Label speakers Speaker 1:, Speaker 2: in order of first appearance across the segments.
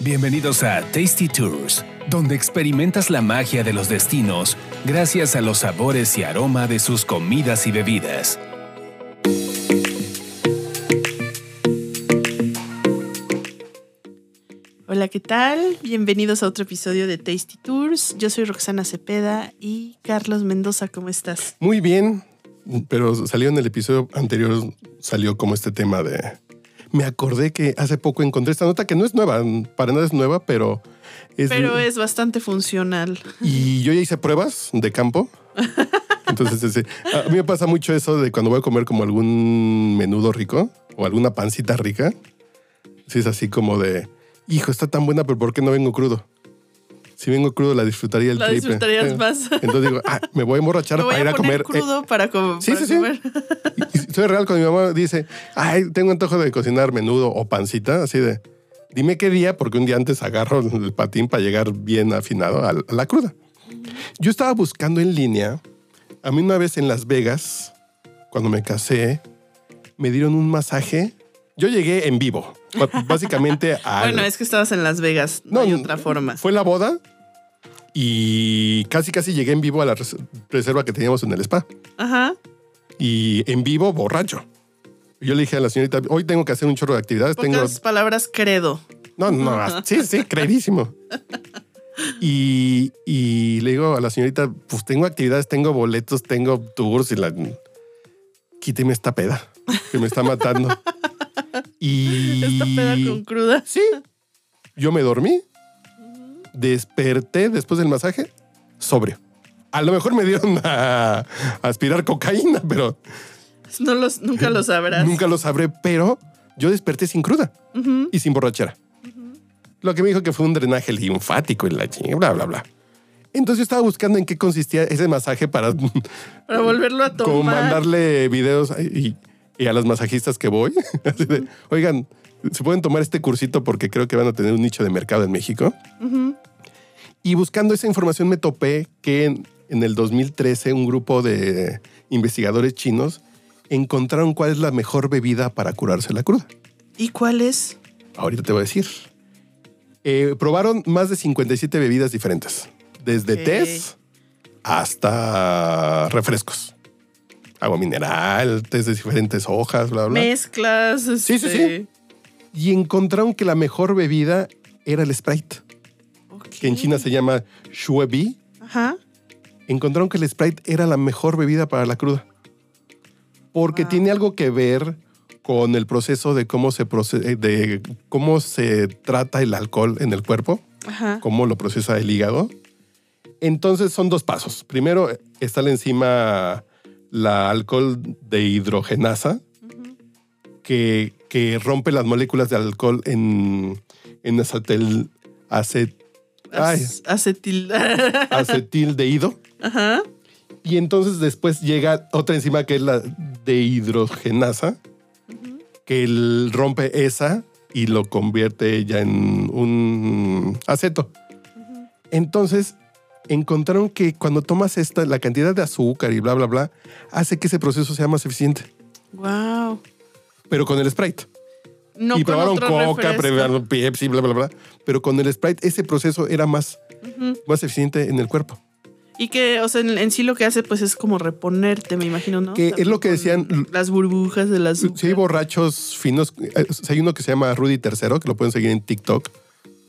Speaker 1: Bienvenidos a Tasty Tours, donde experimentas la magia de los destinos gracias a los sabores y aroma de sus comidas y bebidas.
Speaker 2: Hola, ¿qué tal? Bienvenidos a otro episodio de Tasty Tours. Yo soy Roxana Cepeda y Carlos Mendoza, ¿cómo estás?
Speaker 3: Muy bien, pero salió en el episodio anterior, salió como este tema de... Me acordé que hace poco encontré esta nota que no es nueva, para nada es nueva, pero es...
Speaker 2: Pero es bastante funcional.
Speaker 3: Y yo ya hice pruebas de campo. Entonces, ese- a mí me pasa mucho eso de cuando voy a comer como algún menudo rico o alguna pancita rica. Si es así como de, hijo, está tan buena, pero ¿por qué no vengo crudo? Si vengo crudo, la disfrutaría el
Speaker 2: La
Speaker 3: triple.
Speaker 2: disfrutarías
Speaker 3: Eh,
Speaker 2: más.
Speaker 3: Entonces digo, ah, me voy a emborrachar
Speaker 2: Me voy
Speaker 3: para
Speaker 2: a,
Speaker 3: ir a
Speaker 2: poner
Speaker 3: comer. eh,
Speaker 2: crudo para, com-
Speaker 3: sí,
Speaker 2: para
Speaker 3: sí, sí.
Speaker 2: comer.
Speaker 3: y- y soy real cuando mi mamá dice, ay, tengo antojo de cocinar menudo o pancita, así de, dime qué día, porque un día antes agarro el patín para llegar bien afinado a la- a la cruda. Yo estaba buscando en línea, a mí una vez en Las Vegas, cuando me casé, me dieron un masaje. Yo llegué en vivo, b- básicamente a...
Speaker 2: Bueno, es que estabas en Las Vegas, no, hay otra forma.
Speaker 3: Fue la boda y casi casi llegué en vivo a la res- reserva que teníamos en el spa
Speaker 2: Ajá.
Speaker 3: pues y en vivo borracho. Yo le dije a la señorita, hoy tengo que hacer un chorro de actividades. Tengo...
Speaker 2: Pocas palabras, credo.
Speaker 3: No, no, sí, sí, creidísimo. Y, y le digo a la señorita, pues tengo actividades, tengo boletos, tengo tours y la... Quíteme esta peda que me está matando. Y...
Speaker 2: Esta peda con cruda.
Speaker 3: Sí. Yo me dormí, desperté después del masaje, sobrio. A lo mejor me dieron a aspirar cocaína, pero
Speaker 2: No los, nunca lo sabrás.
Speaker 3: Nunca lo sabré, pero yo desperté sin cruda y sin borrachera. Lo que me dijo que fue un drenaje linfático y la chingada, bla, bla, bla. Entonces yo estaba buscando en qué consistía ese masaje para
Speaker 2: Para volverlo a
Speaker 3: como
Speaker 2: tomar.
Speaker 3: mandarle videos y, y a las masajistas que voy. así de, Oigan, se pueden tomar este cursito porque creo que van a tener un nicho de mercado en México. Y buscando esa información me topé que en, en el 2013 un grupo de investigadores chinos encontraron cuál es la mejor bebida para curarse la cruda.
Speaker 2: ¿Y cuál es?
Speaker 3: Ahorita te voy a decir. Eh, probaron más de 57 bebidas diferentes, desde
Speaker 2: Ok.
Speaker 3: tés hasta refrescos. Agua mineral, tés de diferentes hojas, bla, bla.
Speaker 2: Mezclas.
Speaker 3: Sí, sí,
Speaker 2: este,
Speaker 3: Y encontraron que la mejor bebida era el Sprite,
Speaker 2: ok.
Speaker 3: que en China se llama Shuebi.
Speaker 2: Ajá.
Speaker 3: Encontraron que el Sprite era la mejor bebida para la cruda. Porque tiene algo que ver con el proceso de cómo se proce- de cómo se trata el alcohol en el cuerpo.
Speaker 2: Ajá.
Speaker 3: cómo lo procesa el hígado. Entonces son dos pasos. Primero está la enzima, la alcohol de hidrogenasa, que, que rompe las moléculas de alcohol en, en acetil, acet, ay,
Speaker 2: Ac- Acetil.
Speaker 3: acetildehído.
Speaker 2: Ajá.
Speaker 3: Y entonces después llega otra enzima que es la de hidrogenasa, que el- rompe esa y lo convierte ya en un aceto. Entonces encontraron que cuando tomas esta, la cantidad de azúcar y bla, bla, bla, hace que ese proceso sea más eficiente,
Speaker 2: Wow.
Speaker 3: pero con el Sprite.
Speaker 2: No
Speaker 3: y
Speaker 2: con
Speaker 3: probaron
Speaker 2: otro
Speaker 3: coca,
Speaker 2: refresco.
Speaker 3: probaron Pepsi, bla, bla, bla. Pero con el Sprite ese proceso era más, más eficiente en el cuerpo.
Speaker 2: Y que, o sea, en, en sí lo que hace, pues es como reponerte, me imagino, ¿no?
Speaker 3: Que es lo que
Speaker 2: con
Speaker 3: decían-
Speaker 2: Las burbujas de las.
Speaker 3: Sí, hay borrachos finos. Eh, Hay uno que se llama Rudy III, que lo pueden seguir en TikTok,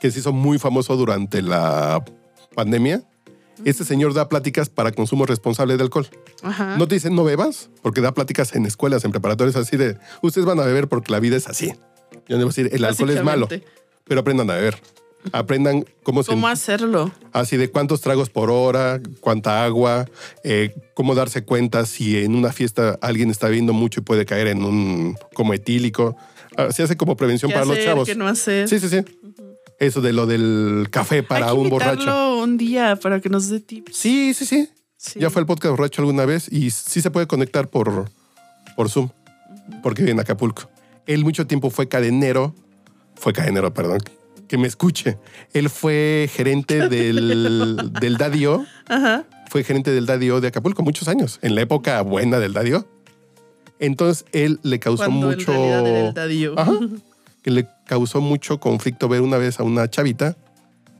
Speaker 3: que se hizo muy famoso durante la pandemia. Este señor da pláticas para consumo responsable de alcohol.
Speaker 2: Ajá.
Speaker 3: No te dicen no bebas, porque da pláticas en escuelas, en preparatorias, así de ustedes van a beber porque la vida es así. Yo debo decir, el alcohol es malo,
Speaker 2: Básicamente.
Speaker 3: pero aprendan a beber. Aprendan cómo se
Speaker 2: ¿Cómo hacerlo?
Speaker 3: así de cuántos tragos por hora, cuánta agua, eh, cómo darse cuenta si en una fiesta alguien está bebiendo mucho y puede caer en un como etílico. Ah, Se hace como prevención
Speaker 2: ¿Qué
Speaker 3: para
Speaker 2: hacer?
Speaker 3: los chavos.
Speaker 2: ¿Qué no hacer?
Speaker 3: Sí, sí, sí. Eso de lo del café para
Speaker 2: Hay que
Speaker 3: un borracho.
Speaker 2: invitarlo un día para que nos dé tips.
Speaker 3: Sí, sí, sí,
Speaker 2: Sí.
Speaker 3: Ya fue el podcast borracho alguna vez y sí se puede conectar por, por Zoom, porque vive en Acapulco. Él mucho tiempo fue cadenero, fue cadenero, perdón, que me escuche. Él fue gerente del, del Daddy O,
Speaker 2: Ajá.
Speaker 3: fue gerente del Daddy O de Acapulco muchos años, en la época buena del Daddy O. Entonces él le causó
Speaker 2: Cuando en
Speaker 3: mucho.
Speaker 2: realidad era el dadío.
Speaker 3: Ajá. que le causó mucho conflicto ver una vez a una chavita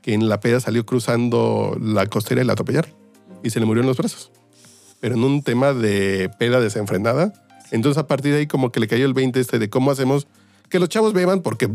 Speaker 3: que en la peda salió cruzando la costera y la atropellaron y se le murió en los brazos. Pero en un tema de peda desenfrenada. Entonces a partir de ahí como que le cayó el 20 este de cómo hacemos que los chavos beban porque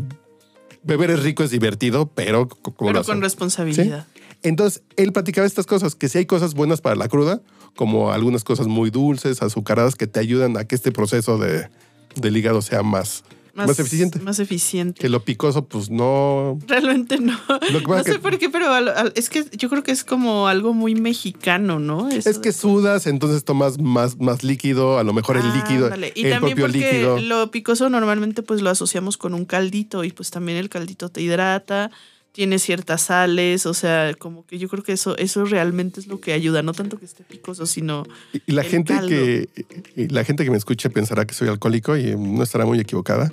Speaker 3: beber es rico, es divertido, pero, co- como lo
Speaker 2: Pero
Speaker 3: hacen.
Speaker 2: con responsabilidad.
Speaker 3: Entonces, él platicaba estas cosas, que si hay cosas buenas para la cruda, como algunas cosas muy dulces, azucaradas, que te ayudan a que este proceso de, del hígado sea más, más, eficiente.
Speaker 2: Más eficiente.
Speaker 3: Que lo picoso, pues no...
Speaker 2: Realmente no.
Speaker 3: Lo que pasa
Speaker 2: no sé
Speaker 3: que-
Speaker 2: por qué, pero al- al- es que yo creo que es como algo muy mexicano, ¿no? Eso
Speaker 3: Es que
Speaker 2: de-
Speaker 3: sudas, entonces tomas más, más líquido, a lo mejor el
Speaker 2: Ah,
Speaker 3: líquido,
Speaker 2: ándale. Y
Speaker 3: el
Speaker 2: también
Speaker 3: propio
Speaker 2: porque
Speaker 3: líquido.
Speaker 2: lo picoso normalmente pues lo asociamos con un caldito y pues también el caldito te hidrata, tiene ciertas sales, o sea, como que yo creo que eso eso realmente es lo que ayuda, no tanto que esté picoso, sino
Speaker 3: Y- Y la
Speaker 2: el
Speaker 3: gente
Speaker 2: caldo.
Speaker 3: que y la gente que me escuche pensará que soy alcohólico y mm, no estará muy equivocada.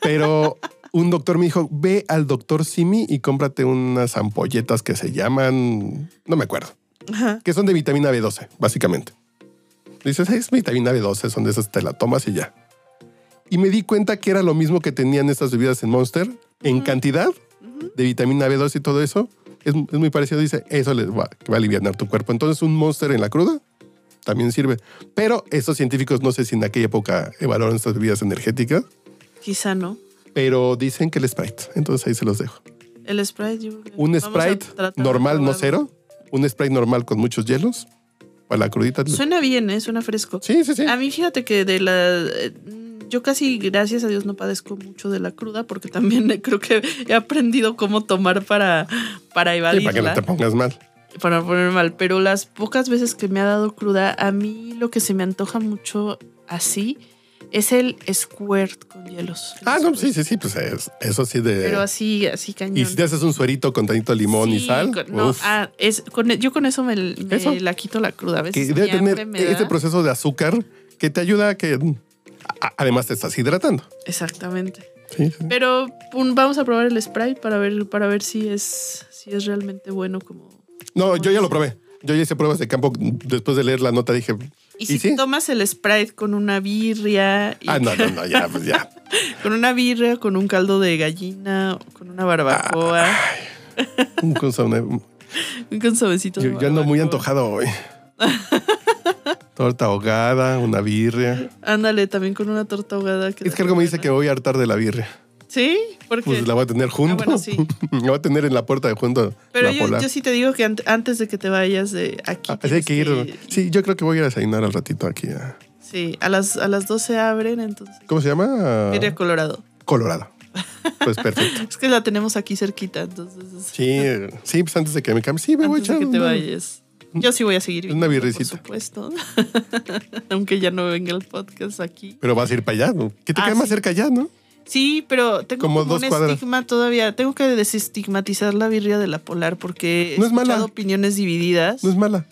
Speaker 3: Pero un doctor me dijo, ve al doctor Simi y cómprate unas ampolletas que se llaman, no me acuerdo,
Speaker 2: Ajá.
Speaker 3: que son de vitamina B12, básicamente. Dices, "Ay, es vitamina B12, son de esas, te la tomas y ya. Y me di cuenta que era lo mismo que tenían estas bebidas en Monster, en cantidad de vitamina B12 y todo eso. Es, es muy parecido, dice, eso les va, que va a aliviar tu cuerpo. Entonces un Monster en la cruda también sirve. Pero esos científicos, no sé si en aquella época evaluaron estas bebidas energéticas,
Speaker 2: quizá no.
Speaker 3: pero dicen que el Sprite. Entonces ahí se los dejo.
Speaker 2: El Sprite yo creo que
Speaker 3: Un
Speaker 2: vamos a
Speaker 3: Sprite
Speaker 2: tratar de
Speaker 3: normal, no
Speaker 2: probarlo.
Speaker 3: cero. Un Sprite normal con muchos hielos. Para la crudita.
Speaker 2: Suena bien, ¿eh? suena fresco.
Speaker 3: Sí, sí, sí.
Speaker 2: A mí fíjate que de la... eh, Yo casi, gracias a Dios, no padezco mucho de la cruda porque también creo que he aprendido cómo tomar para, para
Speaker 3: Sí,
Speaker 2: evadirla.
Speaker 3: para que no te pongas mal.
Speaker 2: para no poner mal, pero las pocas veces que me ha dado cruda, a mí lo que se me antoja mucho así es el squirt con hielos.
Speaker 3: Ah, no, sí, sí, sí, pues es- eso sí de...
Speaker 2: Pero así, así cañón.
Speaker 3: y si te haces un suerito con tantito limón y
Speaker 2: Sí,
Speaker 3: sal,
Speaker 2: con- no,
Speaker 3: uf,
Speaker 2: ah, es, con- yo con eso me, me
Speaker 3: Eso.
Speaker 2: la quito la cruda. A
Speaker 3: que
Speaker 2: veces
Speaker 3: debe
Speaker 2: mi hambre
Speaker 3: tener
Speaker 2: me da.
Speaker 3: este proceso de azúcar que te ayuda a que... a- además te estás hidratando.
Speaker 2: Exactamente.
Speaker 3: Sí, sí.
Speaker 2: Pero pum, vamos a probar el spray para ver, para ver si es, si es realmente bueno como.
Speaker 3: No, yo ya lo probé. Yo ya hice pruebas de campo. Después de leer la nota dije...
Speaker 2: Y si
Speaker 3: sí?
Speaker 2: tomas el Sprite con una birria, y
Speaker 3: Ah, no, no, no, ya, pues ya.
Speaker 2: con una birria, con un caldo de gallina, o con una barbacoa.
Speaker 3: Un consomé-
Speaker 2: Con suavecito.
Speaker 3: Yo, yo ando muy antojado hoy. Torta ahogada, una birria.
Speaker 2: Ándale, también con una torta ahogada.
Speaker 3: Es que algo me dice que voy a hartar de la birria.
Speaker 2: Sí, porque.
Speaker 3: Pues la voy a tener junto.
Speaker 2: Ah, bueno, sí.
Speaker 3: la voy a tener en la puerta de junto.
Speaker 2: pero
Speaker 3: la
Speaker 2: yo,
Speaker 3: polar.
Speaker 2: yo sí te digo que ant- antes de que te vayas de aquí.
Speaker 3: Ah, así hay
Speaker 2: tienes
Speaker 3: que ir. Sí, yo creo que voy a desayunar al ratito aquí. a-
Speaker 2: Sí, a las, a las 12 abren, entonces.
Speaker 3: ¿Cómo se llama?
Speaker 2: Iré a Colorado.
Speaker 3: Colorado. Pues perfecto.
Speaker 2: Es que la tenemos aquí cerquita, entonces.
Speaker 3: Sí, eh, sí, pues antes de que me cambie. Sí, me voy a
Speaker 2: antes de
Speaker 3: echar
Speaker 2: que te
Speaker 3: una-
Speaker 2: vayas. Yo sí voy a seguir.
Speaker 3: Una
Speaker 2: viniendo,
Speaker 3: birricita.
Speaker 2: Por supuesto. Aunque ya no venga el podcast aquí.
Speaker 3: Pero vas a ir para allá, ¿no? Que te
Speaker 2: Ah,
Speaker 3: queda más
Speaker 2: sí.
Speaker 3: cerca allá, ¿no?
Speaker 2: Sí, pero tengo
Speaker 3: Como
Speaker 2: como,
Speaker 3: dos
Speaker 2: un
Speaker 3: cuadras.
Speaker 2: estigma todavía. Tengo que desestigmatizar la birria de la polar porque he
Speaker 3: No es mala.
Speaker 2: escuchado opiniones divididas
Speaker 3: No es mala.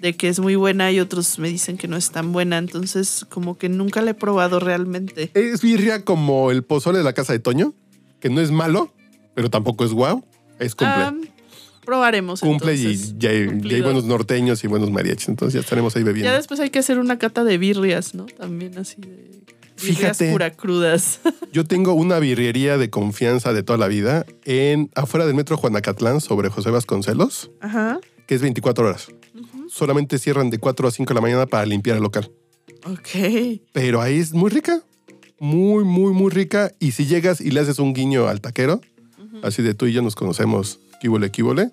Speaker 2: de que es muy buena y otros me dicen que no es tan buena. Entonces, como que nunca la he probado realmente.
Speaker 3: Es birria como el pozole de la casa de Toño, que no es malo, pero tampoco es guau. Es cumple.
Speaker 2: Ah, probaremos.
Speaker 3: cumple
Speaker 2: entonces.
Speaker 3: y ya, hay- ya hay
Speaker 2: Cumplido.
Speaker 3: buenos norteños y buenos mariachis. Entonces ya estaremos ahí
Speaker 2: Ya
Speaker 3: bebiendo.
Speaker 2: después hay que hacer una cata de birrias, ¿no? También así de. Birrias
Speaker 3: Fíjate.
Speaker 2: pura crudas.
Speaker 3: Yo tengo una birrería de confianza de toda la vida en afuera del metro Juanacatlán sobre José Vasconcelos,
Speaker 2: Ajá.
Speaker 3: que es 24 horas. Solamente cierran de 4 a 5 de la mañana para limpiar el local.
Speaker 2: Ok.
Speaker 3: Pero ahí es muy rica. Muy, muy, muy rica. Y si llegas y le haces un guiño al taquero, así de tú y yo nos conocemos, quíbole, quíbole,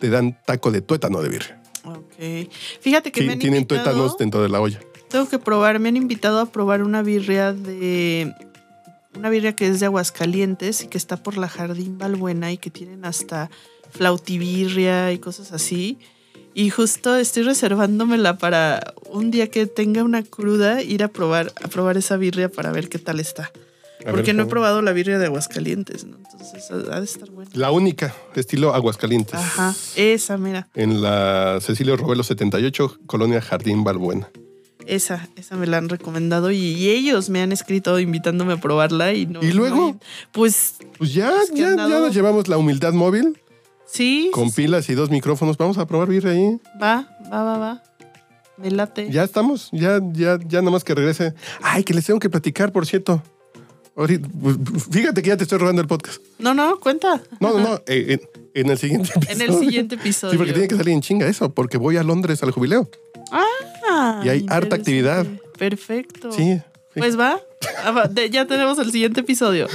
Speaker 3: te dan taco de tuétano de birria.
Speaker 2: Ok. Fíjate que
Speaker 3: Ti-
Speaker 2: me han
Speaker 3: Tienen
Speaker 2: invitado-
Speaker 3: tuétanos dentro de la olla.
Speaker 2: Tengo que probar, me han invitado a probar una birria de. Una birria que es de Aguascalientes y que está por la Jardín Balbuena y que tienen hasta flautibirria y cosas así. Y justo estoy reservándomela para un día que tenga una cruda, ir a probar, a probar esa birria para ver qué tal está.
Speaker 3: A
Speaker 2: Porque
Speaker 3: ver,
Speaker 2: no he
Speaker 3: ¿cómo?
Speaker 2: probado la birria de Aguascalientes, ¿no? Entonces ha ha de estar buena.
Speaker 3: La única, estilo Aguascalientes.
Speaker 2: Ajá, esa, mira,
Speaker 3: en la Cecilio Robelo 78, Colonia Jardín Balbuena.
Speaker 2: esa, esa me la han recomendado y, y ellos me han escrito invitándome a probarla y no.
Speaker 3: ¿Y luego?
Speaker 2: no he- pues
Speaker 3: Pues ya,
Speaker 2: Es que
Speaker 3: ya,
Speaker 2: han dado-
Speaker 3: ya nos llevamos la humildad móvil
Speaker 2: Sí,
Speaker 3: con pilas y dos micrófonos. Vamos a probar birria ahí.
Speaker 2: va, va, va, va. Me late.
Speaker 3: Ya estamos, ya, ya, ya nada más que regrese. Ay, que les tengo que platicar, por cierto. Ahorita, pues, Fíjate que ya te estoy robando el podcast.
Speaker 2: No, no, cuenta.
Speaker 3: No, no, no. eh, en, en el siguiente episodio.
Speaker 2: En el siguiente episodio.
Speaker 3: Sí, porque tiene que salir en chinga eso, porque voy a Londres al jubileo.
Speaker 2: Ah,
Speaker 3: Y hay
Speaker 2: interesante.
Speaker 3: harta actividad.
Speaker 2: Perfecto.
Speaker 3: Sí. sí.
Speaker 2: Pues va. Ah, va, de- Ya tenemos el siguiente episodio.